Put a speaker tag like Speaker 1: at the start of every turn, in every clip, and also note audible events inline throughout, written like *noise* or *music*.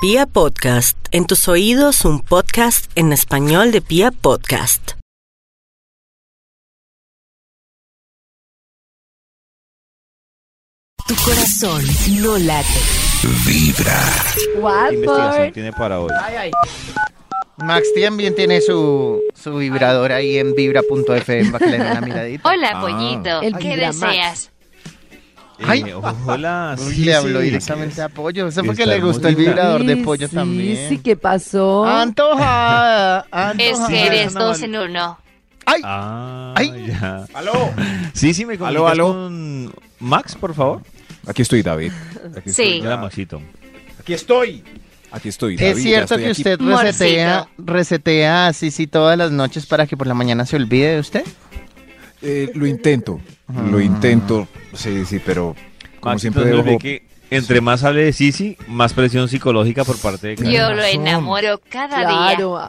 Speaker 1: Pia Podcast, en tus oídos un podcast en español de Pia Podcast. Tu corazón no late.
Speaker 2: investigación
Speaker 3: Watford.
Speaker 2: tiene para hoy?
Speaker 4: Max también tiene su, su vibrador ahí en vibra.fm para que le den una miradita.
Speaker 5: Hola,
Speaker 2: Ah.
Speaker 5: pollito.
Speaker 3: El
Speaker 5: ¿Qué
Speaker 3: Vibra Max.
Speaker 5: deseas?
Speaker 4: Ay.
Speaker 2: Eh, hola,
Speaker 4: Uy,
Speaker 2: sí,
Speaker 4: le habló
Speaker 2: sí.
Speaker 4: directamente a Pollo. Eso fue
Speaker 2: Está
Speaker 4: que le gustó el
Speaker 2: hermosita.
Speaker 4: vibrador de
Speaker 3: Sí,
Speaker 4: Pollo
Speaker 3: sí,
Speaker 4: también.
Speaker 3: Sí, ¿qué pasó?
Speaker 4: Antojada, antojada.
Speaker 5: Es que eres
Speaker 2: no,
Speaker 5: dos
Speaker 2: vale.
Speaker 5: en uno.
Speaker 4: Ay,
Speaker 2: Ah,
Speaker 4: Ay.
Speaker 2: ya. ¡Aló! Sí, sí, me comunicas
Speaker 6: Aló, aló.
Speaker 2: con Max, por favor.
Speaker 6: Aquí estoy, David. Aquí
Speaker 5: Sí.
Speaker 6: estoy,
Speaker 2: Hola,
Speaker 6: ya.
Speaker 2: Maxito.
Speaker 6: Aquí estoy. Aquí estoy, David.
Speaker 4: es
Speaker 6: ya
Speaker 4: cierto
Speaker 6: estoy
Speaker 4: que
Speaker 6: aquí.
Speaker 4: usted
Speaker 5: Morcito.
Speaker 4: resetea, resetea así sí todas las noches para que por la mañana se olvide de usted.
Speaker 6: Eh, lo intento. Lo intento. Sí, sí, pero como
Speaker 2: Maxito,
Speaker 6: siempre
Speaker 2: se le ve
Speaker 6: dejo...
Speaker 2: que entre más hable de Sisi, más presión psicológica por parte de Karen.
Speaker 5: Yo lo
Speaker 6: razón.
Speaker 5: enamoro cada día.
Speaker 3: claro.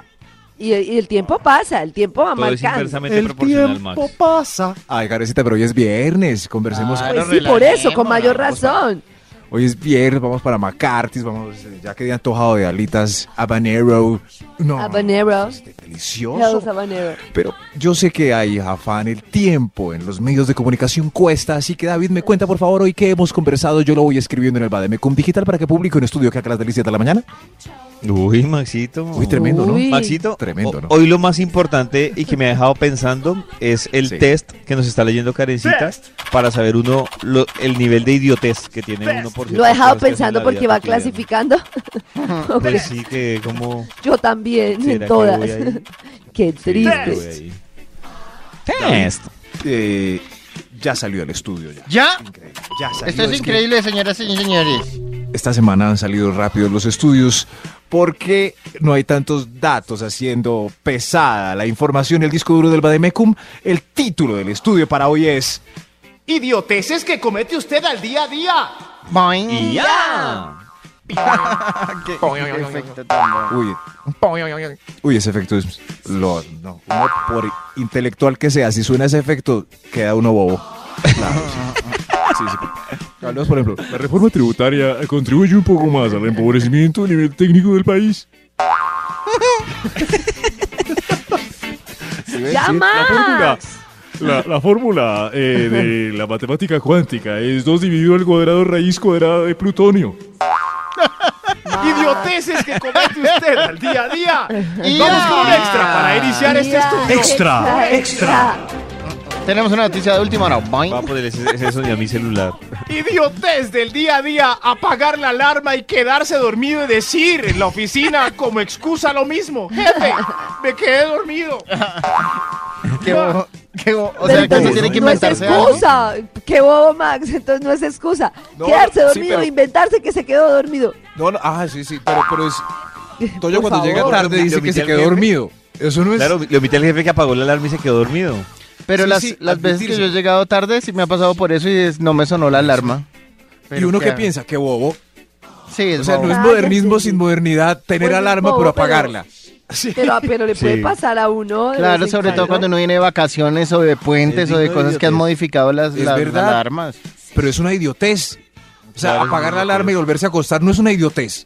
Speaker 3: Y, y el tiempo pasa, el tiempo va
Speaker 2: Todo es
Speaker 3: marcando.
Speaker 2: inversamente proporcional, Max.
Speaker 6: pasa. Ay, Karencita, pero hoy es viernes. Conversemos.
Speaker 4: Claro.
Speaker 3: Pues sí, por eso, con
Speaker 4: Relajémonos,
Speaker 3: mayor
Speaker 4: vamos
Speaker 3: razón.
Speaker 6: Hoy es viernes, vamos para McCarthy's, vamos, eh, ya quedé antojado de alitas, habanero. No,
Speaker 3: Habanero.
Speaker 6: es
Speaker 3: Hells
Speaker 6: Delicioso.
Speaker 3: Habanero.
Speaker 6: Pero yo sé que hay afán, el tiempo en los medios de comunicación cuesta, así que David me cuenta por favor hoy qué hemos conversado, yo lo voy escribiendo en el Bademecum Digital para que publique un estudio que acá a las delicias de la mañana.
Speaker 2: Uy, Maxito.
Speaker 6: Uy, tremendo, ¿no?
Speaker 3: Uy.
Speaker 2: Maxito,
Speaker 6: Tremendo,
Speaker 2: ho-
Speaker 6: ¿no?
Speaker 2: hoy lo más importante y que me ha dejado pensando es el
Speaker 6: Sí.
Speaker 2: test que nos está leyendo Karencita para saber uno lo- el nivel de idiotez que tiene uno por
Speaker 3: Lo he
Speaker 2: ciertas
Speaker 3: dejado
Speaker 2: cosas que hacen en la
Speaker 3: pensando
Speaker 2: vida
Speaker 3: porque va
Speaker 2: cotidiana.
Speaker 3: clasificando. *laughs*
Speaker 2: Pues sí, que como...
Speaker 3: Yo también,
Speaker 2: ¿Será
Speaker 3: en
Speaker 2: que
Speaker 3: todas.
Speaker 2: voy ahí?
Speaker 3: *laughs* Qué triste.
Speaker 2: Sí, Test.
Speaker 6: Eh, ya salió del estudio ya.
Speaker 4: Ya,
Speaker 6: Increíble, ya salió.
Speaker 4: esto es
Speaker 6: que
Speaker 4: increíble, señoras y señores.
Speaker 6: Esta semana han salido rápido los estudios porque no hay tantos datos haciendo pesada la información. El disco duro del Bademecum, el título del estudio para hoy es...
Speaker 7: Idioteces que comete usted al día a día.
Speaker 4: Boing.
Speaker 2: Y ya.
Speaker 4: Qué- qué efecto tan bueno.
Speaker 6: Uy, uy ese efecto es... lo- no, uno por intelectual que sea, si suena ese efecto, queda uno bobo. Claro, sí. Sí, sí. Hablemos, por ejemplo,
Speaker 8: La reforma tributaria contribuye un poco más al empobrecimiento a nivel técnico del país.
Speaker 3: ¡Ya, Max!
Speaker 8: La, la fórmula eh, de la matemática cuántica es 2 dividido al cuadrado raíz cuadrada de plutonio.
Speaker 7: Idioteces que comete usted al día a día.
Speaker 4: Y
Speaker 7: Vamos con un
Speaker 4: ya.
Speaker 7: extra para iniciar este
Speaker 3: Ya,
Speaker 7: estudio.
Speaker 3: Extra, extra.
Speaker 4: Tenemos una noticia de última hora. Boing.
Speaker 2: Va a poner ese, ese sonido a mi celular.
Speaker 7: Idiotez del día a día. Apagar la alarma y quedarse dormido y decir en la oficina como excusa lo mismo. Jefe, me quedé dormido.
Speaker 4: *laughs* Qué bobo, qué bobo. O
Speaker 3: Pero
Speaker 4: sea, que
Speaker 3: entonces
Speaker 4: se tiene que
Speaker 3: no es
Speaker 4: inventarse algo.
Speaker 3: excusa. Qué bobo, Max. Entonces no es excusa.
Speaker 6: No,
Speaker 3: Quedarse
Speaker 6: sí,
Speaker 3: dormido,
Speaker 6: pero-
Speaker 3: inventarse que se quedó dormido.
Speaker 6: No, no, ah, sí, sí, pero,
Speaker 3: *laughs*
Speaker 6: pero es... Toyo
Speaker 3: Por
Speaker 6: cuando llega
Speaker 3: favor.
Speaker 6: tarde dice que se quedó dormido. Eso no es...
Speaker 2: Claro, le omité al jefe que apagó la alarma y se quedó dormido.
Speaker 4: Pero
Speaker 6: Sí,
Speaker 4: las,
Speaker 6: sí,
Speaker 4: las veces que
Speaker 6: admitirse.
Speaker 4: yo he llegado tarde sí me ha pasado por eso y es- no me sonó la alarma.
Speaker 6: y
Speaker 4: Pero
Speaker 6: uno que
Speaker 4: claro.
Speaker 6: piensa, qué bobo.
Speaker 4: Sí, es
Speaker 6: O sea, no es
Speaker 3: Cállate.
Speaker 6: modernismo sin modernidad tener
Speaker 3: Pues es
Speaker 6: alarma
Speaker 3: bobo,
Speaker 6: pero
Speaker 3: pero-
Speaker 6: apagarla.
Speaker 3: Pero, ah, pero le puede
Speaker 2: Sí.
Speaker 3: pasar a uno. de
Speaker 4: Claro,
Speaker 3: vez en
Speaker 4: sobre
Speaker 3: cuando.
Speaker 4: todo cuando uno viene de vacaciones o de puentes
Speaker 2: Es
Speaker 4: o de
Speaker 2: digno de
Speaker 4: cosas que han
Speaker 2: idiotez.
Speaker 4: modificado las,
Speaker 6: Es
Speaker 4: las- las
Speaker 6: verdad.
Speaker 4: alarmas.
Speaker 6: Pero es una idiotez. O sea,
Speaker 2: Claro, es
Speaker 6: apagar
Speaker 2: una
Speaker 6: la
Speaker 2: idiotez.
Speaker 6: alarma y volverse a acostar no es una idiotez.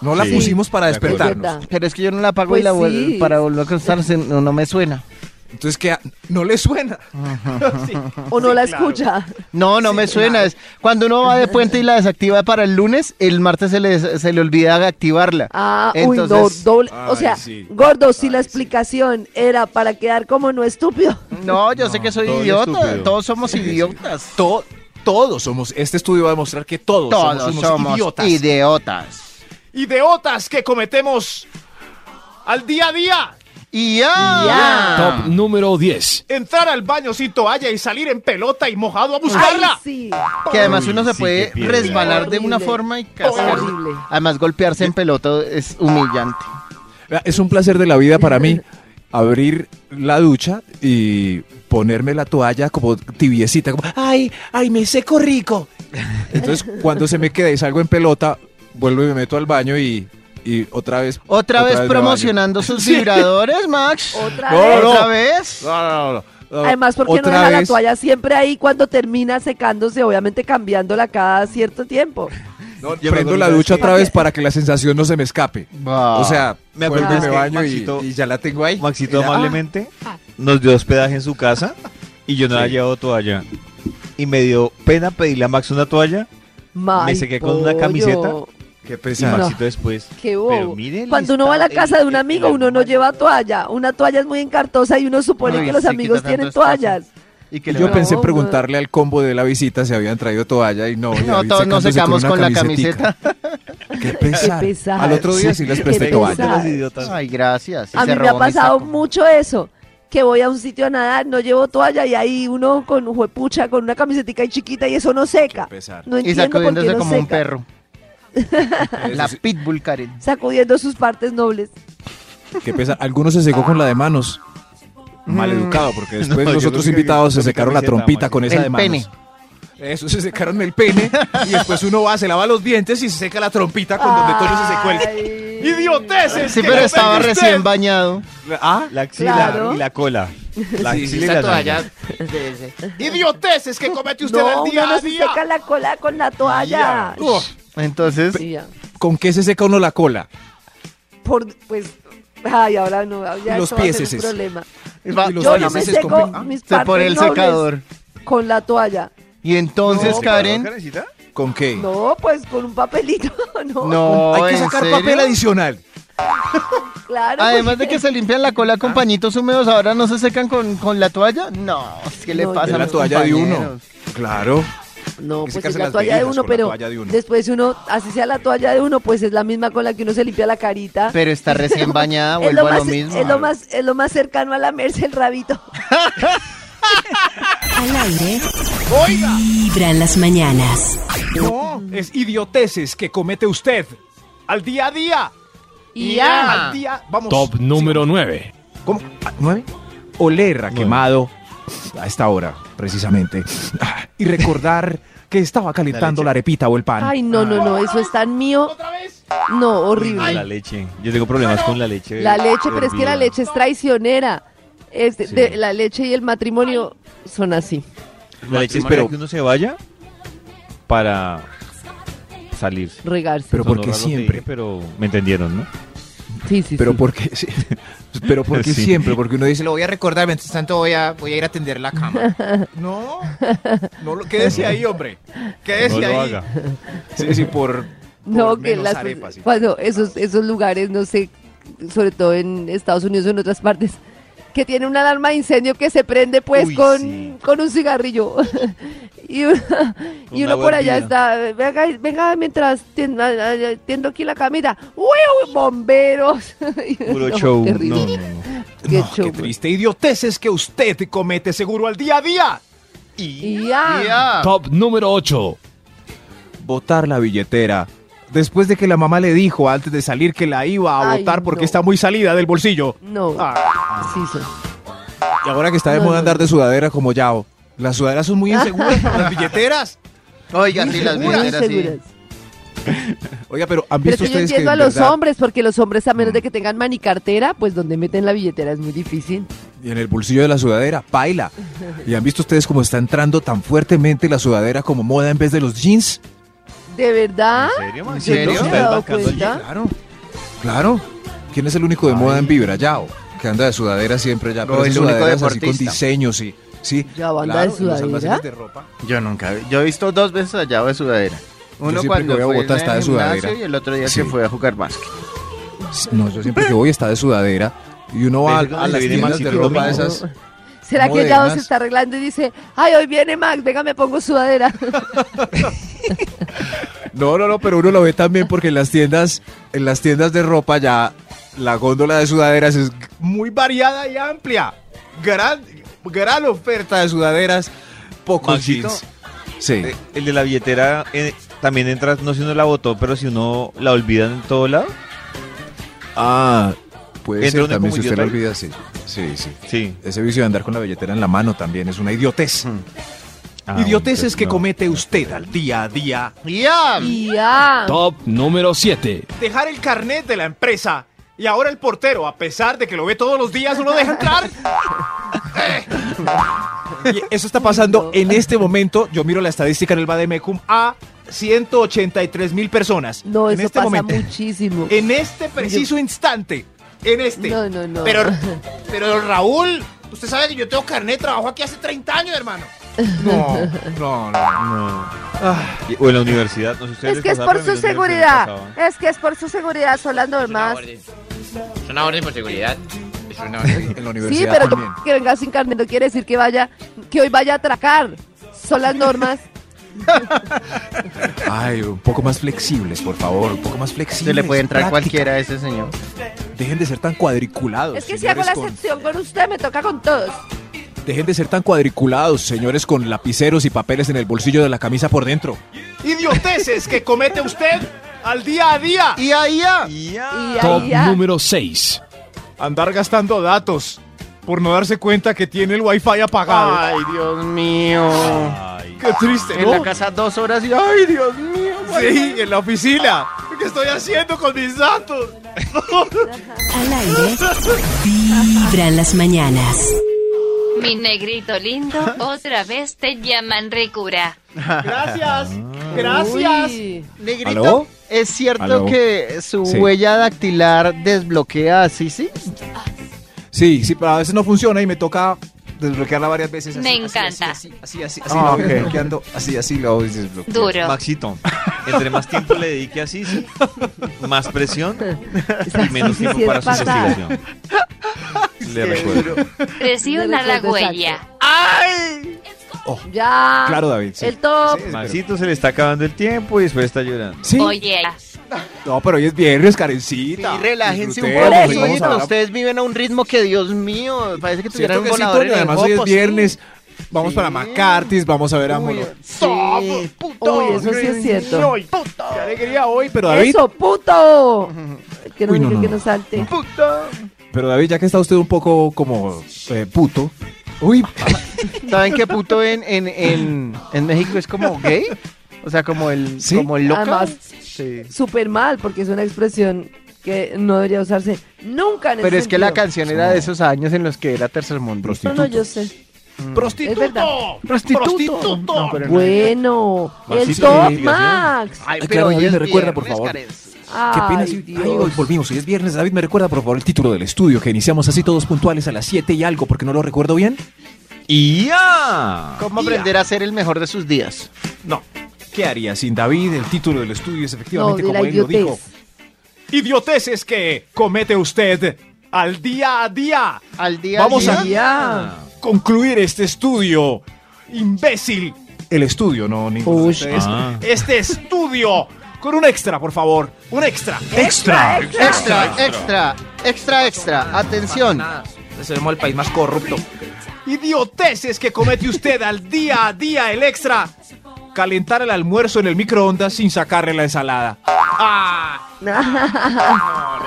Speaker 6: No la
Speaker 2: Sí,
Speaker 6: pusimos para
Speaker 2: de acuerdo.
Speaker 3: Es
Speaker 6: despertarnos.
Speaker 3: verdad.
Speaker 4: Pero es que yo no la apago y
Speaker 3: Pues
Speaker 4: la vuelvo
Speaker 3: sí.
Speaker 4: para volver a acostarse, no, no me suena.
Speaker 6: Entonces, que no le suena.
Speaker 3: O no
Speaker 7: Sí,
Speaker 3: la
Speaker 7: claro.
Speaker 3: escucha.
Speaker 4: No, no me suena. Es cuando uno va de puente y la desactiva para el lunes, el martes se le, se le olvida activarla.
Speaker 3: Ah, uy,
Speaker 4: Entonces,
Speaker 3: no, doble. o
Speaker 6: Ay,
Speaker 3: sea,
Speaker 6: sí.
Speaker 3: gordo, si la explicación era para quedar como no estúpido.
Speaker 4: no, yo sé que soy
Speaker 2: doble
Speaker 4: idiota.
Speaker 2: estúpido.
Speaker 4: Todos somos idiotas.
Speaker 6: To- todos somos. Este estudio va a demostrar que todos, somos
Speaker 4: Todos
Speaker 6: unos
Speaker 4: somos
Speaker 6: idiotas.
Speaker 4: idiotas.
Speaker 7: Idiotas que cometemos al día a día.
Speaker 4: Y ya.
Speaker 8: Top número 10.
Speaker 7: Entrar al baño sin toalla y salir en pelota y mojado a
Speaker 3: Ay,
Speaker 7: buscarla.
Speaker 3: sí.
Speaker 4: Que además uno
Speaker 2: Uy,
Speaker 4: se
Speaker 2: sí,
Speaker 4: puede
Speaker 2: qué piedra.
Speaker 4: resbalar de una
Speaker 3: Horrible.
Speaker 4: forma y cascarse.
Speaker 3: Horrible.
Speaker 4: Además, golpearse en pelota es humillante.
Speaker 6: Es un placer de la vida para mí abrir la ducha y ponerme la toalla como tibiecita, como ay, ay, me seco rico. Entonces, cuando se me queda y salgo en pelota, vuelvo y me meto al baño y, y otra vez.
Speaker 4: Otra, vez,
Speaker 6: me baño.
Speaker 4: promocionando sus vibradores, Max.
Speaker 3: Otra
Speaker 6: No,
Speaker 3: vez.
Speaker 6: no.
Speaker 4: ¿Otra vez?
Speaker 6: No, no, no, no.
Speaker 3: Además, porque no
Speaker 6: Otra
Speaker 3: deja la
Speaker 6: vez.
Speaker 3: toalla siempre ahí cuando termina secándose, obviamente cambiándola cada cierto tiempo.
Speaker 2: Yo me
Speaker 6: prendo
Speaker 2: acuerdo
Speaker 6: la
Speaker 2: una
Speaker 6: ducha
Speaker 2: que-
Speaker 6: otra vez para que la sensación no se me escape.
Speaker 4: Ah.
Speaker 6: O sea,
Speaker 2: Me
Speaker 6: me
Speaker 2: acuerdo es
Speaker 6: acuerdo me
Speaker 2: que
Speaker 6: baño y-
Speaker 2: Maxito-
Speaker 6: y, ya la tengo ahí.
Speaker 2: Maxito
Speaker 6: Eh, Era-
Speaker 2: amablemente
Speaker 3: Ah.
Speaker 2: nos dio hospedaje en su casa y yo no había llevado toalla. Y me dio pena pedirle a Max una toalla.
Speaker 3: Mal
Speaker 2: sequé con una
Speaker 3: pollo.
Speaker 2: camiseta.
Speaker 6: Qué
Speaker 2: Y
Speaker 6: pesar.
Speaker 3: No.
Speaker 2: Maxito después.
Speaker 3: Qué
Speaker 2: Pero
Speaker 3: bobo.
Speaker 2: mire el
Speaker 3: Cuando uno va a la
Speaker 2: listado,
Speaker 3: casa de
Speaker 2: el-
Speaker 3: un
Speaker 2: el-
Speaker 3: amigo,
Speaker 2: el
Speaker 3: uno no
Speaker 2: armario.
Speaker 3: lleva toalla. Una toalla es muy encartosa y uno supone
Speaker 4: Ay,
Speaker 3: que los
Speaker 4: sí,
Speaker 3: amigos
Speaker 4: quita tanto
Speaker 3: tienen
Speaker 4: espacio.
Speaker 3: toallas.
Speaker 4: Y que
Speaker 6: Y
Speaker 4: le
Speaker 6: Ah, yo
Speaker 3: No,
Speaker 6: pensé
Speaker 3: no.
Speaker 6: preguntarle al combo de la visita si habían traído toalla y no.
Speaker 4: *laughs* No,
Speaker 6: David
Speaker 4: todos nos
Speaker 6: secándose
Speaker 4: secamos
Speaker 6: una
Speaker 4: con la
Speaker 6: camisetica.
Speaker 4: camiseta.
Speaker 6: Qué pesar.
Speaker 3: Qué pesar.
Speaker 6: Al otro día sí les presté
Speaker 3: Qué
Speaker 6: toalla.
Speaker 3: pesar.
Speaker 2: Los idiotas.
Speaker 4: Ay, gracias. y
Speaker 3: a
Speaker 4: se
Speaker 3: mí me ha
Speaker 4: robó mi
Speaker 3: pasado
Speaker 4: saco.
Speaker 3: mucho eso. Que voy a un sitio a nadar, no llevo toalla y ahí uno con juepucha, con una camisetica ahí chiquita y eso no seca.
Speaker 6: pesar.
Speaker 3: No
Speaker 4: Y
Speaker 3: entiendo por qué
Speaker 4: sacudiéndose
Speaker 3: no
Speaker 4: como
Speaker 3: seca. *laughs*
Speaker 4: un perro. La
Speaker 6: sí.
Speaker 4: pitbull Karen.
Speaker 3: Sacudiendo sus partes nobles.
Speaker 6: Qué pesar. Algunos se secó con la de manos. Maleducado, porque después
Speaker 2: No, yo
Speaker 6: los
Speaker 2: creo
Speaker 6: otros
Speaker 2: que-
Speaker 6: invitados
Speaker 2: yo creo
Speaker 6: se
Speaker 2: que
Speaker 6: secaron la
Speaker 2: camiseta,
Speaker 6: trompita
Speaker 2: Maxi.
Speaker 6: con esa de
Speaker 4: El
Speaker 6: manos.
Speaker 4: pene.
Speaker 6: Eso se secaron el pene y después uno va, se lava los dientes y se seca la trompita con donde Toño se secó el.
Speaker 3: Ay.
Speaker 7: ¡Idioteces!
Speaker 4: Sí,
Speaker 7: que
Speaker 4: pero
Speaker 7: comete
Speaker 4: estaba
Speaker 7: usted!
Speaker 4: recién bañado.
Speaker 6: Ah,
Speaker 2: La axila
Speaker 3: Claro.
Speaker 2: y la cola. La
Speaker 6: Sí,
Speaker 2: axila y
Speaker 4: Esa
Speaker 2: la
Speaker 4: toalla.
Speaker 2: nalga.
Speaker 7: ¡Idioteces que comete usted
Speaker 3: No,
Speaker 7: el
Speaker 3: uno
Speaker 7: día
Speaker 3: no
Speaker 7: a
Speaker 3: se
Speaker 7: día!
Speaker 3: seca la cola con la toalla.
Speaker 7: Uf,
Speaker 4: Entonces,
Speaker 3: Sí, ya.
Speaker 6: oh, ¿con qué se seca uno la cola?
Speaker 3: Por, pues, ay, ahora no, ya
Speaker 6: Los
Speaker 3: esto va a ser
Speaker 6: pieses.
Speaker 3: un problema.
Speaker 4: va-
Speaker 6: Y los
Speaker 3: Yo no me
Speaker 6: valleses
Speaker 3: seco
Speaker 6: con-
Speaker 3: mis
Speaker 4: se
Speaker 3: partes
Speaker 4: pone el
Speaker 3: nobles
Speaker 4: secador.
Speaker 3: con la toalla.
Speaker 4: Y entonces,
Speaker 3: No.
Speaker 4: Karen.
Speaker 2: Karencita?
Speaker 6: ¿Con qué?
Speaker 3: No, pues con un papelito, *laughs* no.
Speaker 4: No,
Speaker 6: Hay que
Speaker 4: ¿en
Speaker 6: sacar
Speaker 4: serio?
Speaker 6: papel adicional.
Speaker 3: Claro. pues,
Speaker 4: Además de
Speaker 3: porque-
Speaker 4: que se limpian la cola con pañitos húmedos, ahora no se secan con, con la toalla. No, ¿qué le
Speaker 3: No,
Speaker 4: pasa
Speaker 6: Es
Speaker 4: a
Speaker 6: la
Speaker 4: los
Speaker 6: toalla de uno.
Speaker 4: compañeros?
Speaker 6: Claro.
Speaker 3: No,
Speaker 6: que
Speaker 3: pues es
Speaker 6: secarse
Speaker 3: la
Speaker 6: las
Speaker 3: toalla de
Speaker 6: velitas
Speaker 3: uno,
Speaker 6: con la
Speaker 3: pero
Speaker 6: toalla de uno.
Speaker 3: después uno, así sea la toalla de uno, pues es la misma con la que uno se limpia la carita.
Speaker 4: Pero está recién
Speaker 3: *laughs*
Speaker 4: bañada,
Speaker 3: es
Speaker 4: vuelvo
Speaker 3: lo,
Speaker 4: a lo
Speaker 3: más,
Speaker 4: mismo.
Speaker 3: es, lo más, es lo más cercano a lamerse el rabito.
Speaker 1: Al aire,
Speaker 7: ¡Oiga!
Speaker 1: vibra en las mañanas.
Speaker 7: No,
Speaker 6: Es idioteces que comete usted.
Speaker 7: al día a día.
Speaker 4: Y
Speaker 7: Al
Speaker 4: ya.
Speaker 7: día, vamos.
Speaker 8: Top número 9.
Speaker 6: ¿Cómo? Ah, ¿Nueve? Oler a quemado a esta hora, precisamente. Ah, Y recordar que estaba calentando la, arepita o el pan.
Speaker 3: Ay, no, no, no, eso es tan mío.
Speaker 7: ¿Otra vez?
Speaker 3: No,
Speaker 2: La
Speaker 3: horrible.
Speaker 2: leche. Yo tengo problemas con la leche.
Speaker 3: La leche, pero es que la
Speaker 2: hervida.
Speaker 3: leche es traicionera. Es de-
Speaker 2: Sí.
Speaker 3: de- la leche y el matrimonio son así.
Speaker 2: La leche espera que uno se vaya para salir.
Speaker 3: Regarse.
Speaker 6: Pero
Speaker 2: Sonó
Speaker 6: porque
Speaker 2: raro lo que
Speaker 6: siempre.
Speaker 2: dije, pero me entendieron, ¿no?
Speaker 3: sí, sí,
Speaker 6: Pero
Speaker 3: sí.
Speaker 6: porque, sí.
Speaker 8: *laughs*
Speaker 6: pero porque
Speaker 2: Sí.
Speaker 6: siempre, porque uno dice,
Speaker 4: Lo voy a recordar, mientras tanto voy a, voy a ir a atender la
Speaker 3: *laughs*
Speaker 4: cama.
Speaker 6: no, no lo- quédese ahí, hombre.
Speaker 2: No
Speaker 6: Quédese
Speaker 2: lo
Speaker 6: ahí.
Speaker 2: haga.
Speaker 6: Sí, sí, por,
Speaker 3: No,
Speaker 6: por
Speaker 3: que
Speaker 6: menos
Speaker 3: las,
Speaker 6: arepas y-
Speaker 3: cuando esos, esos lugares, no sé, sobre todo en Estados Unidos o en otras partes, que tiene una alarma de incendio que se prende pues
Speaker 2: Uy,
Speaker 3: con,
Speaker 2: sí.
Speaker 3: con un cigarrillo. *laughs* y uno, y
Speaker 2: Una
Speaker 3: uno por allá
Speaker 2: barbilla.
Speaker 3: está, venga, venga mientras tiendo, tiendo aquí la camita, ¡Uy, uy, bomberos! *laughs*
Speaker 2: Puro
Speaker 3: No,
Speaker 2: show. No,
Speaker 3: terrible.
Speaker 2: no, no.
Speaker 3: Qué
Speaker 6: No,
Speaker 3: show, pues.
Speaker 6: qué triste idioteces que usted comete seguro al día a día.
Speaker 3: Y ya.
Speaker 4: Ya.
Speaker 8: Top número 8.
Speaker 6: Botar la billetera. Después de que la mamá le dijo antes de salir que la iba a
Speaker 3: Ay,
Speaker 6: botar porque
Speaker 3: no.
Speaker 6: está muy salida del bolsillo.
Speaker 3: No, sí, sí.
Speaker 6: Y ahora que está de
Speaker 3: No,
Speaker 6: moda
Speaker 3: no,
Speaker 6: andar
Speaker 3: no.
Speaker 6: de sudadera como Yao. Las sudaderas son
Speaker 3: *laughs*
Speaker 6: muy inseguras para las billeteras.
Speaker 4: Oiga, sí, las
Speaker 3: Muy
Speaker 4: vidrieras sí.
Speaker 3: seguras.
Speaker 6: Oiga, pero han
Speaker 3: Pero
Speaker 6: visto
Speaker 3: es que yo
Speaker 6: ustedes
Speaker 3: entiendo
Speaker 6: que
Speaker 3: a
Speaker 6: en
Speaker 3: los
Speaker 6: verdad-
Speaker 3: hombres, porque los hombres, a menos de que tengan manicartera, pues donde meten la billetera es muy difícil.
Speaker 6: y en el bolsillo de la sudadera, paila. Y han visto ustedes cómo está entrando tan fuertemente la sudadera como moda en vez de los jeans.
Speaker 3: ¿De verdad?
Speaker 2: ¿En serio, man?
Speaker 3: Yo no
Speaker 6: ¿En serio?
Speaker 3: me
Speaker 2: ¿Estás
Speaker 3: había dado
Speaker 2: bancando allí?
Speaker 3: cuenta.
Speaker 6: Claro, claro. ¿Quién es el único de moda en vibra? Yao, que anda de sudadera siempre ya.
Speaker 4: No,
Speaker 6: Pero esas
Speaker 4: el único
Speaker 6: sudaderas así con
Speaker 4: deportista.
Speaker 6: diseños y sí.
Speaker 3: Yao anda de
Speaker 6: claro, en los
Speaker 3: sudadera.
Speaker 6: almacenes de ropa.
Speaker 4: Yo nunca vi. Yo he visto dos veces allá de sudadera. Uno
Speaker 6: siempre
Speaker 4: cuando
Speaker 6: que voy a
Speaker 4: fue
Speaker 6: Bogotá
Speaker 4: en
Speaker 6: está de
Speaker 4: el gimnasio
Speaker 6: sudadera.
Speaker 4: Y el otro día
Speaker 6: Sí.
Speaker 4: que fue a jugar básquet.
Speaker 6: No, yo siempre que voy está de sudadera y uno va a,
Speaker 2: Pero es cuando
Speaker 6: a
Speaker 2: se
Speaker 6: las
Speaker 2: viene
Speaker 6: tiendas de
Speaker 2: Maxito
Speaker 6: ropa de
Speaker 2: Domingo.
Speaker 6: esas.
Speaker 3: ¿Será que Yao se
Speaker 6: modernas.
Speaker 3: está arreglando y dice, ay, hoy viene Max, venga, me pongo sudadera?
Speaker 6: No, no, no, pero uno lo ve también porque en las tiendas, en las tiendas de ropa ya la góndola de sudaderas es muy variada y amplia. Gran, gran oferta de sudaderas, pocos
Speaker 2: Maxito,
Speaker 6: jeans. Sí.
Speaker 2: Eh, El de la billetera eh, también entra, no sé si uno la votó, pero si uno la olvida en todo lado.
Speaker 6: Ah, puede
Speaker 2: entra
Speaker 6: ser
Speaker 2: uno
Speaker 6: también
Speaker 2: como
Speaker 6: si usted
Speaker 2: idiota
Speaker 6: lo
Speaker 2: ahí.
Speaker 6: olvida, sí. Sí, sí.
Speaker 2: Sí.
Speaker 6: Ese vicio de andar con la billetera en la mano también es una idiotez.
Speaker 2: Ah,
Speaker 7: Ah,
Speaker 2: pues
Speaker 6: Idioteces que comete usted al día a día.
Speaker 4: ¡Ya!
Speaker 3: y ya.
Speaker 8: Top número 7.
Speaker 7: Dejar el carnet de la empresa. Y ahora el portero, a pesar de que lo ve todos los días, no lo deja entrar.
Speaker 6: *laughs* Y eso está pasando en este momento. Yo miro la estadística en el Bademecum a
Speaker 7: 183 mil personas.
Speaker 3: No,
Speaker 7: en
Speaker 3: eso
Speaker 7: este
Speaker 3: pasa
Speaker 7: momento.
Speaker 3: muchísimo.
Speaker 7: En este preciso instante. En este.
Speaker 3: No, no, no. *laughs*
Speaker 7: Pero, pero Raúl, usted sabe que yo tengo carnet de trabajo aquí hace 30
Speaker 3: *laughs*
Speaker 7: años, hermano.
Speaker 6: No, no, no. Ah.
Speaker 2: Y- O en la universidad, no sé ustedes
Speaker 3: es
Speaker 2: les
Speaker 3: que es
Speaker 2: pasaba,
Speaker 3: por
Speaker 2: pero a
Speaker 3: su
Speaker 2: mí en la universidad me
Speaker 3: seguridad.
Speaker 2: pasaba.
Speaker 3: Es que es por su seguridad, son las
Speaker 5: Es una
Speaker 3: normas.
Speaker 5: orden. Es una orden por seguridad. Es una orden.
Speaker 6: En la
Speaker 3: Sí,
Speaker 6: universidad
Speaker 3: pero
Speaker 6: también.
Speaker 3: que venga sin carnet no quiere decir que vaya, que hoy vaya a atracar. Son las normas.
Speaker 6: Ay, un poco más flexibles, por favor, un poco más
Speaker 4: Se
Speaker 6: flexibles.
Speaker 4: le puede entrar
Speaker 6: Práctica.
Speaker 4: cualquiera a ese señor.
Speaker 6: Dejen de ser tan cuadriculados.
Speaker 3: es que si hago
Speaker 6: señores,
Speaker 3: la
Speaker 6: con-
Speaker 3: excepción con usted, me toca con todos.
Speaker 6: Dejen de ser tan cuadriculados, señores, con lapiceros y papeles en el bolsillo de la camisa por dentro.
Speaker 7: *laughs* Idioteces que comete usted al día a día.
Speaker 4: Y ahí ya.
Speaker 3: Y ahí ya.
Speaker 8: 6.
Speaker 7: Andar gastando datos por no darse cuenta que tiene el wifi apagado.
Speaker 4: Ay, Dios mío.
Speaker 7: qué triste,
Speaker 4: En la casa dos horas y ay, Dios mío.
Speaker 7: Sí, en la oficina. ¿Qué estoy haciendo con mis datos?
Speaker 1: Al aire, vibra en las mañanas.
Speaker 9: Mi negrito
Speaker 2: *laughs*
Speaker 9: lindo, otra vez te llaman Ricura.
Speaker 6: *laughs*
Speaker 7: Gracias. Gracias.
Speaker 3: Uy.
Speaker 4: Negrito,
Speaker 6: ¿Aló?
Speaker 4: ¿es cierto
Speaker 6: ¿Aló?
Speaker 4: que su
Speaker 6: Sí.
Speaker 4: huella dactilar desbloquea así, sí?
Speaker 6: Sí, sí, pero a veces no funciona y me toca desbloquearla varias veces.
Speaker 9: Me encanta.
Speaker 6: Así, así, así, así,
Speaker 4: Ah,
Speaker 6: la
Speaker 4: ok.
Speaker 6: voy desbloqueando, así, así la voy desbloqueando.
Speaker 9: Duro.
Speaker 2: Maxito, *laughs* entre más tiempo le dedique a Sisi, más presión y menos
Speaker 3: *laughs* Sí, sí,
Speaker 2: tiempo
Speaker 3: es
Speaker 2: para su
Speaker 3: fatal.
Speaker 2: investigación. *laughs* Le recuerdo.
Speaker 9: Presiona la
Speaker 3: Exacto.
Speaker 9: huella.
Speaker 3: Ya.
Speaker 6: Claro, David, sí.
Speaker 3: El top.
Speaker 2: Maxito se le está acabando el tiempo y después está llorando.
Speaker 6: Sí.
Speaker 9: Oye,
Speaker 6: No, pero hoy es viernes, Karencita.
Speaker 4: Y relájense un
Speaker 6: Disfrutemos,
Speaker 4: poco.
Speaker 3: sí,
Speaker 6: vamos a
Speaker 4: señorita.
Speaker 6: hablar-
Speaker 4: Ustedes viven a un ritmo que, Dios mío, parece que tuvieran
Speaker 6: Cierto
Speaker 4: un
Speaker 6: que sí,
Speaker 4: volador
Speaker 6: Toño,
Speaker 4: en el
Speaker 6: además hoy es
Speaker 4: jopo, sí.
Speaker 6: viernes. Vamos
Speaker 4: Sí.
Speaker 6: para McCarthy's, vamos a ver a Mono.
Speaker 4: Sí, puto.
Speaker 3: Uy, eso sí es cierto.
Speaker 7: Soy puto. Qué alegría hoy,
Speaker 6: Pero
Speaker 7: pero
Speaker 6: David,
Speaker 3: Eso,
Speaker 6: *laughs*
Speaker 3: puto. Que no,
Speaker 6: Uy, no,
Speaker 3: diga
Speaker 6: no,
Speaker 3: que
Speaker 6: no.
Speaker 3: no salte.
Speaker 6: pero David, ya que está usted un poco como eh, puto. Uy,
Speaker 3: Ah,
Speaker 4: ¿Saben qué puto en, en, en, en México es como gay? O sea, como el,
Speaker 6: Sí.
Speaker 4: como el loca.
Speaker 3: Además-
Speaker 4: Sí.
Speaker 3: Súper mal, porque es una expresión que no debería usarse nunca en
Speaker 4: Pero
Speaker 3: ese
Speaker 4: es que la
Speaker 3: sentido.
Speaker 4: canción era de esos años en los que era tercermundista.
Speaker 3: No, no, yo sé. Es verdad.
Speaker 7: prostituto.
Speaker 4: Prostituto.
Speaker 7: Prostituto.
Speaker 4: No, pero no.
Speaker 3: Bueno, el
Speaker 2: Maxito,
Speaker 3: top,
Speaker 2: investigación.
Speaker 3: Max.
Speaker 4: Ay,
Speaker 6: Ay,
Speaker 4: pero
Speaker 6: claro,
Speaker 4: hoy
Speaker 6: David,
Speaker 4: es
Speaker 6: me recuerda, por
Speaker 4: viernes,
Speaker 6: favor.
Speaker 4: Karen.
Speaker 6: Qué pena
Speaker 3: Ay,
Speaker 6: si-
Speaker 3: Dios.
Speaker 6: Ay, hoy volvimos, hoy es viernes. David, ¿me recuerda por favor el título del estudio que iniciamos así todos puntuales a las 7 y algo porque no lo recuerdo bien?
Speaker 2: ¡Y ya!
Speaker 4: ¿Cómo aprender a ser el mejor de sus días?
Speaker 6: No. ¿Qué haría sin David? El título del estudio es
Speaker 3: no,
Speaker 6: efectivamente
Speaker 3: de la
Speaker 6: como él lo dijo.
Speaker 3: idiotez.
Speaker 7: Idioteces que comete usted al día a día.
Speaker 4: Al día
Speaker 7: Vamos
Speaker 4: al
Speaker 7: a-
Speaker 4: día.
Speaker 3: Ya.
Speaker 7: Concluir este estudio, imbécil.
Speaker 6: El estudio, no ninguno de
Speaker 3: Uy.
Speaker 6: ustedes.
Speaker 2: Ah.
Speaker 7: Este estudio. Con un extra, por favor. Un extra.
Speaker 6: ¡Extra!
Speaker 4: Extra, extra, extra, extra. Atención.
Speaker 5: Somos el país más corrupto.
Speaker 7: Idioteces que comete usted al día a día el extra. Calentar el almuerzo en el microondas sin sacarle la ensalada. Ah.
Speaker 3: *laughs*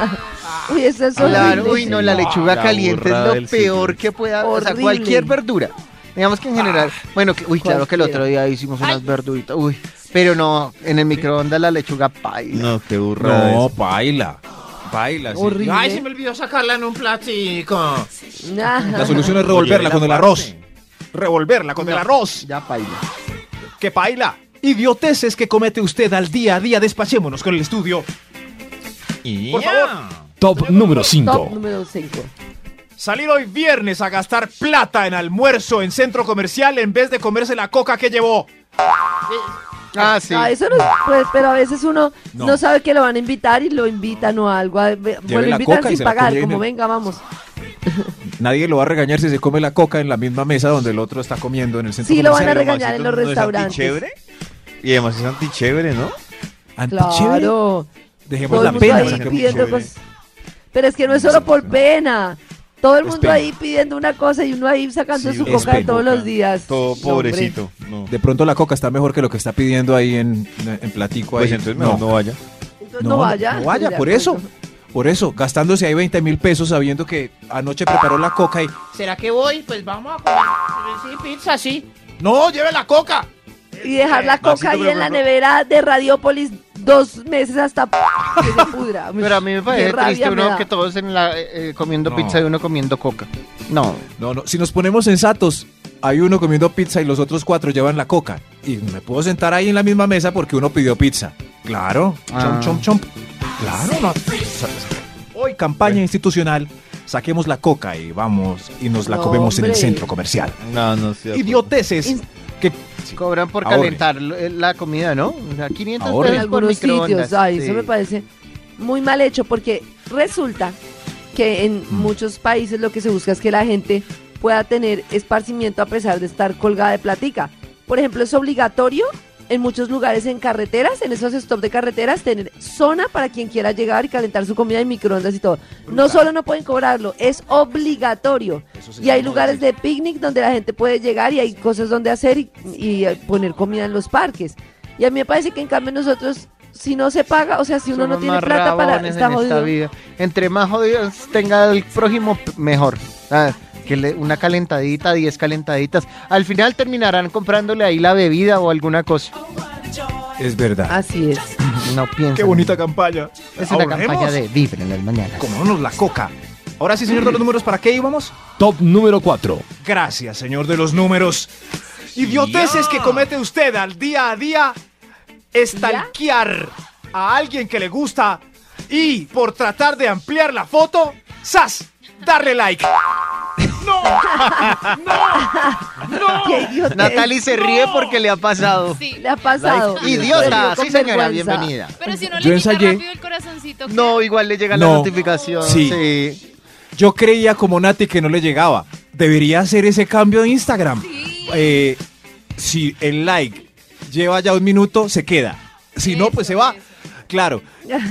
Speaker 3: Uy, eso es
Speaker 4: Claro,
Speaker 3: horrible.
Speaker 4: uy, no, la lechuga caliente es lo peor que pueda haber. O sea,
Speaker 3: Horrible. Ah,
Speaker 4: cualquier verdura. Digamos que en general. Bueno, que- uy, claro que el otro día hicimos unas verduritas. Uy, pero no, en el microondas la lechuga paila.
Speaker 2: No, qué burrada.
Speaker 6: No,
Speaker 2: es.
Speaker 6: baila. Baila. sí.
Speaker 3: Horrible.
Speaker 7: me olvidó sacarla en un platico.
Speaker 6: La
Speaker 3: Nah.
Speaker 6: solución es revolverla con el arroz.
Speaker 7: Revolverla con el arroz.
Speaker 4: Ya paila.
Speaker 7: ¡Que paila! Idioteces que comete usted al día a día. Despachémonos con el estudio.
Speaker 2: Y
Speaker 7: Por
Speaker 2: ya.
Speaker 8: Top número 5.
Speaker 3: Top número 5.
Speaker 7: Salir hoy viernes a gastar plata en almuerzo en centro comercial en vez de comerse la coca que llevó.
Speaker 4: Ah, sí.
Speaker 3: Ah, eso no es, pues, pero a veces uno no. sabe que lo van a invitar y lo invitan o algo. a- Bueno,
Speaker 6: la
Speaker 3: lo invitan
Speaker 6: coca y
Speaker 3: sin
Speaker 6: se la
Speaker 3: pagar,
Speaker 6: pone ahí en
Speaker 3: como
Speaker 6: el- Ah,
Speaker 3: venga, vamos.
Speaker 6: Nadie lo va a regañar si se come la coca en la misma mesa donde el otro está comiendo en el centro
Speaker 3: Sí, lo van a
Speaker 6: comercial.
Speaker 2: Pero
Speaker 3: regañar en los
Speaker 2: Maxito no es
Speaker 3: restaurantes.
Speaker 2: antichévere. Y además es antichévere, ¿no?
Speaker 6: Antichévere.
Speaker 3: Claro.
Speaker 6: Dejemos
Speaker 3: Todo
Speaker 6: la
Speaker 3: el mundo
Speaker 6: pena.
Speaker 3: ahí
Speaker 6: saquemos-
Speaker 3: pidiendo
Speaker 2: chévere.
Speaker 3: cosas. Pero es que no es solo por pena. Todo el
Speaker 6: Es
Speaker 3: mundo
Speaker 6: pena.
Speaker 3: ahí pidiendo una cosa y uno ahí sacando
Speaker 2: Sí,
Speaker 3: su
Speaker 2: es
Speaker 3: coca
Speaker 6: pena.
Speaker 3: todos los días.
Speaker 2: Todo
Speaker 3: No, hombre.
Speaker 2: pobrecito. No.
Speaker 6: De pronto la coca está mejor que lo que está pidiendo ahí en, en platico.
Speaker 2: Pues
Speaker 6: ahí.
Speaker 2: entonces mejor no vaya.
Speaker 3: Entonces, no, vaya.
Speaker 6: No vaya, por eso. Por eso, gastándose ahí 20 mil pesos sabiendo que anoche preparó la coca y...
Speaker 7: ¿Será que voy? Pues vamos a comer. Sí, pizza, sí. No, lleve la coca.
Speaker 3: Y dejar la coca ahí
Speaker 2: pero-
Speaker 3: en la nevera de Radiópolis dos meses hasta que se pudra.
Speaker 4: Pero a mí me
Speaker 3: Qué
Speaker 4: parece
Speaker 3: rabia
Speaker 4: triste
Speaker 3: me
Speaker 4: uno
Speaker 3: da.
Speaker 4: que todos en la, eh, eh, comiendo
Speaker 6: No.
Speaker 4: pizza y uno comiendo coca. No.
Speaker 6: No, no, si nos ponemos sensatos, hay uno comiendo pizza y los otros cuatro llevan la coca. Y me puedo sentar ahí en la misma mesa porque uno pidió pizza. Claro,
Speaker 4: Ah.
Speaker 6: chomp, chomp, chomp. Claro, no. Sa- sa- Hoy campaña institucional, saquemos la coca y vamos y nos la
Speaker 3: No,
Speaker 6: comemos en el
Speaker 3: hombre.
Speaker 6: centro comercial.
Speaker 2: No, no sé.
Speaker 6: Idioteces.
Speaker 3: In-
Speaker 6: Que,
Speaker 4: Cobran por
Speaker 6: Ahorre.
Speaker 4: calentar eh, la comida, ¿no? O sea, 500
Speaker 6: Ahorre.
Speaker 3: en
Speaker 4: pesos por
Speaker 3: algunos
Speaker 4: microondas.
Speaker 3: sitios. Ay,
Speaker 4: Sí.
Speaker 3: eso me parece muy mal hecho porque resulta que en muchos países lo que se busca es que la gente pueda tener esparcimiento a pesar de estar colgada de platica. Por ejemplo, es obligatorio en muchos lugares en carreteras, en esos stop de carreteras, tener zona para quien quiera llegar y calentar su comida en microondas y todo. No solo no pueden cobrarlo, es obligatorio. Y hay lugares de picnic donde la gente puede llegar y hay cosas donde hacer y, y, eh, poner comida en los parques. Y a mí me parece que en cambio nosotros, si no se paga, o sea, si uno no
Speaker 4: Somos
Speaker 3: tiene
Speaker 4: más
Speaker 3: plata para...
Speaker 4: rabones
Speaker 3: Está
Speaker 4: en esta
Speaker 3: jodido.
Speaker 4: vida. Entre más jodidos tenga el prójimo, p- mejor. Ah, Que le- una calentadita, 10 calentaditas. Al final terminarán comprándole ahí la bebida o
Speaker 8: *laughs*
Speaker 4: alguna cosa.
Speaker 6: es verdad.
Speaker 3: Así
Speaker 4: *laughs*
Speaker 3: es.
Speaker 4: Ah, No piensen.
Speaker 8: Qué bonita campaña.
Speaker 4: Es una
Speaker 8: Ahorremos.
Speaker 4: campaña de vibra en las mañanas.
Speaker 8: Comámonos la coca. Ahora sí, señor de los números, ¿para qué íbamos?
Speaker 6: Mm. Top número 4.
Speaker 8: Gracias, señor de los números. Idioteces que comete usted al día a día. Estalquear a alguien que le gusta y por tratar de ampliar la foto, ¡zas! Darle like. ¡No!
Speaker 3: *laughs* Qué idiota
Speaker 4: Natalie
Speaker 3: Eh,
Speaker 4: se ríe porque le ha pasado.
Speaker 3: es.
Speaker 10: Sí.
Speaker 3: Le ha pasado.
Speaker 4: Idiota,
Speaker 3: Con
Speaker 4: sí señora,
Speaker 3: vergüenza.
Speaker 4: bienvenida.
Speaker 10: Pero si uno
Speaker 6: Yo
Speaker 10: le quita
Speaker 6: ensayé.
Speaker 10: rápido el corazoncito. ¿qué?
Speaker 4: No, igual le llega la
Speaker 6: No.
Speaker 4: notificación.
Speaker 6: Sí.
Speaker 4: sí.
Speaker 6: Yo creía como Nati que no le llegaba. Debería hacer ese cambio de Instagram.
Speaker 10: Sí.
Speaker 6: Eh, si el like lleva ya un minuto, se queda. Si no, pues se
Speaker 10: Eso,
Speaker 6: va.
Speaker 10: eso.
Speaker 6: Claro,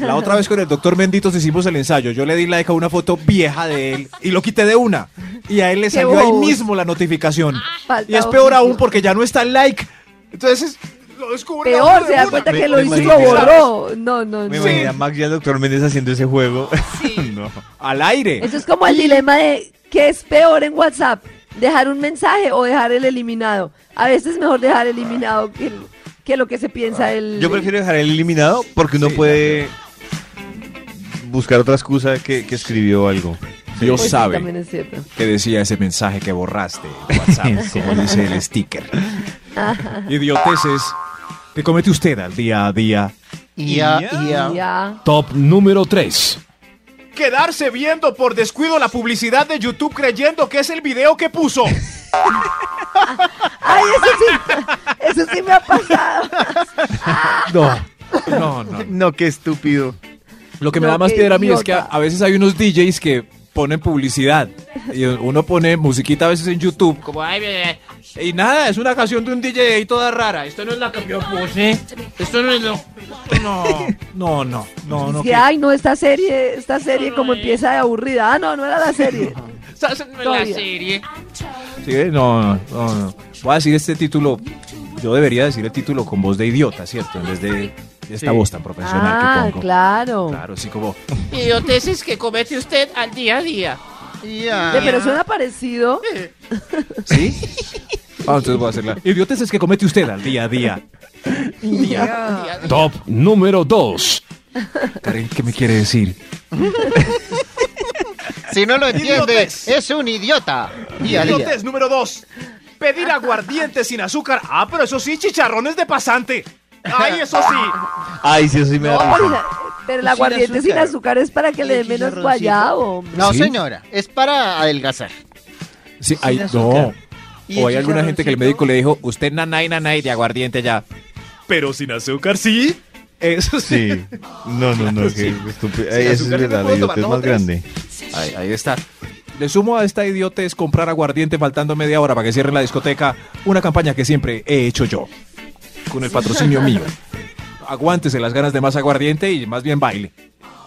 Speaker 6: la otra vez con el doctor Menditos hicimos el ensayo. Yo le di like a una foto vieja de él y lo quité de una. Y a él le
Speaker 3: Qué Ah,
Speaker 6: salió ahí
Speaker 3: bobos.
Speaker 6: mismo la notificación.
Speaker 3: Falta
Speaker 6: Y es peor
Speaker 3: oficio.
Speaker 6: aún porque ya no está el like.
Speaker 8: Entonces, lo descubre.
Speaker 3: Peor,
Speaker 8: uno de
Speaker 3: se da
Speaker 8: una.
Speaker 3: cuenta
Speaker 2: Me-
Speaker 3: que lo
Speaker 2: me
Speaker 3: hizo y lo
Speaker 2: imagino que-
Speaker 3: borró. No, no,
Speaker 2: Me
Speaker 3: no.
Speaker 2: imaginé a Max y al doctor Méndez haciendo ese juego.
Speaker 10: Sí.
Speaker 2: *laughs* no.
Speaker 6: Al aire.
Speaker 3: Eso es como el dilema de qué es peor en WhatsApp, dejar un mensaje o dejar el eliminado. A veces es mejor dejar eliminado que, el- que lo que se piensa el...
Speaker 2: Yo prefiero dejar el eliminado porque uno puede buscar otra excusa que, que escribió algo.
Speaker 6: Dios
Speaker 3: Pues sí, también
Speaker 6: sabe
Speaker 3: es cierto.
Speaker 6: que decía ese mensaje que borraste.
Speaker 3: *laughs*
Speaker 6: en WhatsApp, como dice el sticker. Idioteces que comete usted al día a día.
Speaker 4: Ya, ya.
Speaker 3: Ya.
Speaker 8: Top número 3.
Speaker 7: Quedarse viendo por descuido la publicidad de YouTube creyendo que es el video que puso.
Speaker 3: Ay, eso sí, *laughs* eso sí me ha pasado.
Speaker 6: *laughs* No, no, *laughs* no.
Speaker 4: No, qué estúpido.
Speaker 6: Lo que me
Speaker 3: No,
Speaker 6: da más
Speaker 3: qué
Speaker 6: piedra a mí es que a,
Speaker 3: idiota.
Speaker 6: a veces hay unos DJs que ponen publicidad. Y uno pone musiquita a veces en YouTube. Como, ay, eh, y nada, es una canción de un DJ ahí toda rara. Esto no es la que yo puse. Esto no es lo. No, no, no, no. no
Speaker 3: que, ay, no, esta serie, esta serie como empieza de aburrida. Ah, no, no era la serie. Todavía.
Speaker 6: Sí, no, no, no, no. Voy a decir este título. Yo debería decir el título con voz de idiota, ¿cierto? En vez de esta voz tan profesional
Speaker 3: Ah,
Speaker 6: que pongo.
Speaker 3: claro.
Speaker 6: Claro, sí, como.
Speaker 5: Idioteces que comete usted al día a día.
Speaker 3: Ve,
Speaker 4: Ya.
Speaker 3: Pero suena parecido.
Speaker 6: ¿Sí? Ah, entonces voy a hacerla. Idioteces que comete usted al día a día.
Speaker 8: Top número 2.
Speaker 6: Karen, ¿qué me quiere decir?
Speaker 4: Si no lo entiende,
Speaker 7: Idiotes.
Speaker 4: es un idiota. Día a día.
Speaker 7: Idiotes número dos. Pedir aguardiente sin azúcar. Ah, pero eso sí, chicharrones de pasante. Ay, eso sí.
Speaker 2: Ay, sí, eso sí me da
Speaker 3: Oye,
Speaker 2: risa.
Speaker 3: la- Pero el aguardiente sin
Speaker 4: azúcar.
Speaker 3: azúcar es para que le dé
Speaker 4: El
Speaker 3: menos
Speaker 4: chicharroncito.
Speaker 3: guayabo. hombre.
Speaker 4: No,
Speaker 6: ¿Sí?
Speaker 4: señora, es para adelgazar.
Speaker 6: Sí, hay, no.
Speaker 4: azúcar. Y el
Speaker 6: O hay alguna gente que el
Speaker 4: chicharroncito.
Speaker 6: médico le dijo, usted nanay, nanay, de aguardiente ya.
Speaker 8: *laughs* Pero sin azúcar, sí. Eso sí.
Speaker 2: Sí. No, no,
Speaker 3: *laughs*
Speaker 2: no, qué estúpido. Ay, eso es
Speaker 7: azúcar yo me
Speaker 2: verdad, la
Speaker 7: puedo
Speaker 2: idiotez más
Speaker 7: tomar dos o tres.
Speaker 2: grande.
Speaker 6: Ahí, ahí está. Le sumo a esta idiota es comprar aguardiente faltando media hora para que cierre la discoteca, una campaña que siempre he hecho yo, con el patrocinio mío. Aguántese las ganas de más aguardiente y más bien baile.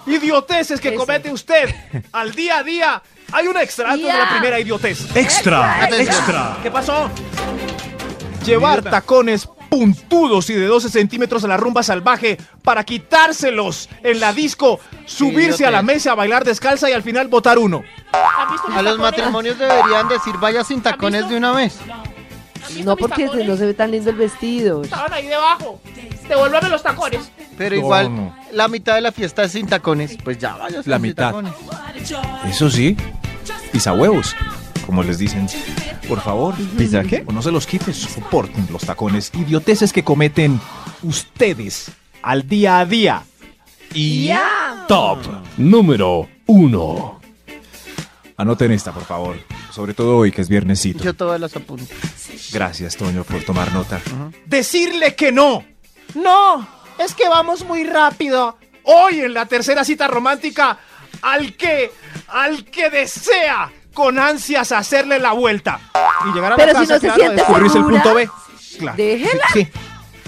Speaker 7: Idioteces que
Speaker 3: Eso.
Speaker 7: comete usted al día a día. Hay un extra antes de la
Speaker 3: Ya.
Speaker 7: primera idiotez.
Speaker 8: Extra, extra.
Speaker 7: ¿Qué pasó? Llevar tacones puntudos y de 12 centímetros a la rumba salvaje para quitárselos en la disco, subirse a la
Speaker 4: idiotez.
Speaker 7: mesa a bailar descalza y al final botar uno.
Speaker 10: ¿Han visto mis
Speaker 4: A los
Speaker 10: tacones?
Speaker 4: matrimonios deberían decir vaya sin tacones de una vez.
Speaker 10: ¿Han visto
Speaker 3: No
Speaker 10: mis
Speaker 3: porque
Speaker 10: tacones?
Speaker 3: no se ve tan lindo el vestido.
Speaker 10: Estaban ahí debajo. Devuélvame los tacones.
Speaker 4: Pero
Speaker 6: No,
Speaker 4: igual,
Speaker 6: no.
Speaker 4: la mitad de la fiesta es sin tacones. Pues ya vaya sin
Speaker 6: La mitad.
Speaker 4: tacones.
Speaker 6: Eso sí, pisahuevos, como les dicen. por favor.
Speaker 2: ¿Pizza qué?
Speaker 6: O no se los quiten, soporten los tacones. Idioteces que cometen ustedes al día a día. Y top número uno. Anoten esta, por favor. Sobre todo hoy, que es viernesito.
Speaker 4: Yo todas las apunto.
Speaker 6: Gracias, Toño, por tomar nota.
Speaker 8: Decirle que no. No, es que vamos muy rápido. Hoy en la tercera cita romántica, al que, al que desea con ansias hacerle la vuelta. Y llegar a la
Speaker 3: Pero si
Speaker 8: casa,
Speaker 3: no se
Speaker 8: claro,
Speaker 3: siente
Speaker 8: descubrirse el
Speaker 3: segura,
Speaker 8: punto B. Claro.
Speaker 3: Déjela.
Speaker 6: Sí.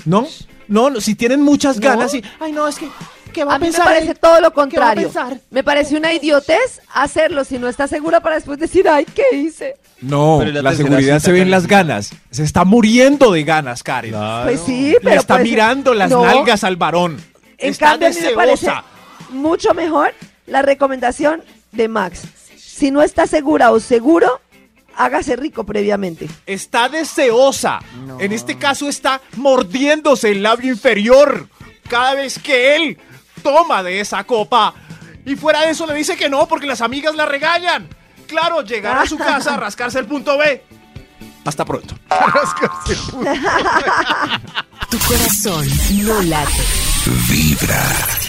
Speaker 6: ¿No? No, no, si tienen muchas ganas y... Ay, no, es que... ¿Qué va a,
Speaker 3: A mí me
Speaker 6: pensar
Speaker 3: parece
Speaker 6: él?
Speaker 3: todo lo
Speaker 6: ¿Qué va a
Speaker 3: contrario.
Speaker 6: pensar?
Speaker 3: Me parece una idiotez hacerlo si no está segura para después decir, ay, ¿qué hice?
Speaker 6: No,
Speaker 2: Pero la
Speaker 6: la,
Speaker 2: tercera
Speaker 6: seguridad
Speaker 2: cita,
Speaker 6: se ve en
Speaker 2: Karen.
Speaker 6: las ganas. Se está muriendo de ganas, Karen.
Speaker 3: Pues sí, pero
Speaker 6: Le está
Speaker 3: puede ser-
Speaker 6: mirando las
Speaker 3: No,
Speaker 6: nalgas al varón.
Speaker 3: En
Speaker 6: está
Speaker 3: cambio, a mí me parece
Speaker 6: deseosa.
Speaker 3: mucho mejor la recomendación de Max. Si no está segura o seguro, hágase rico previamente.
Speaker 8: Está deseosa. En este caso está mordiéndose el labio inferior cada vez que él toma de esa copa. Y fuera de eso le dice que no porque las amigas la regañan. Claro, llegar
Speaker 3: *laughs*
Speaker 8: a su casa, rascarse el punto B.
Speaker 6: Hasta pronto.
Speaker 1: Tu corazón no late.
Speaker 11: Vibra.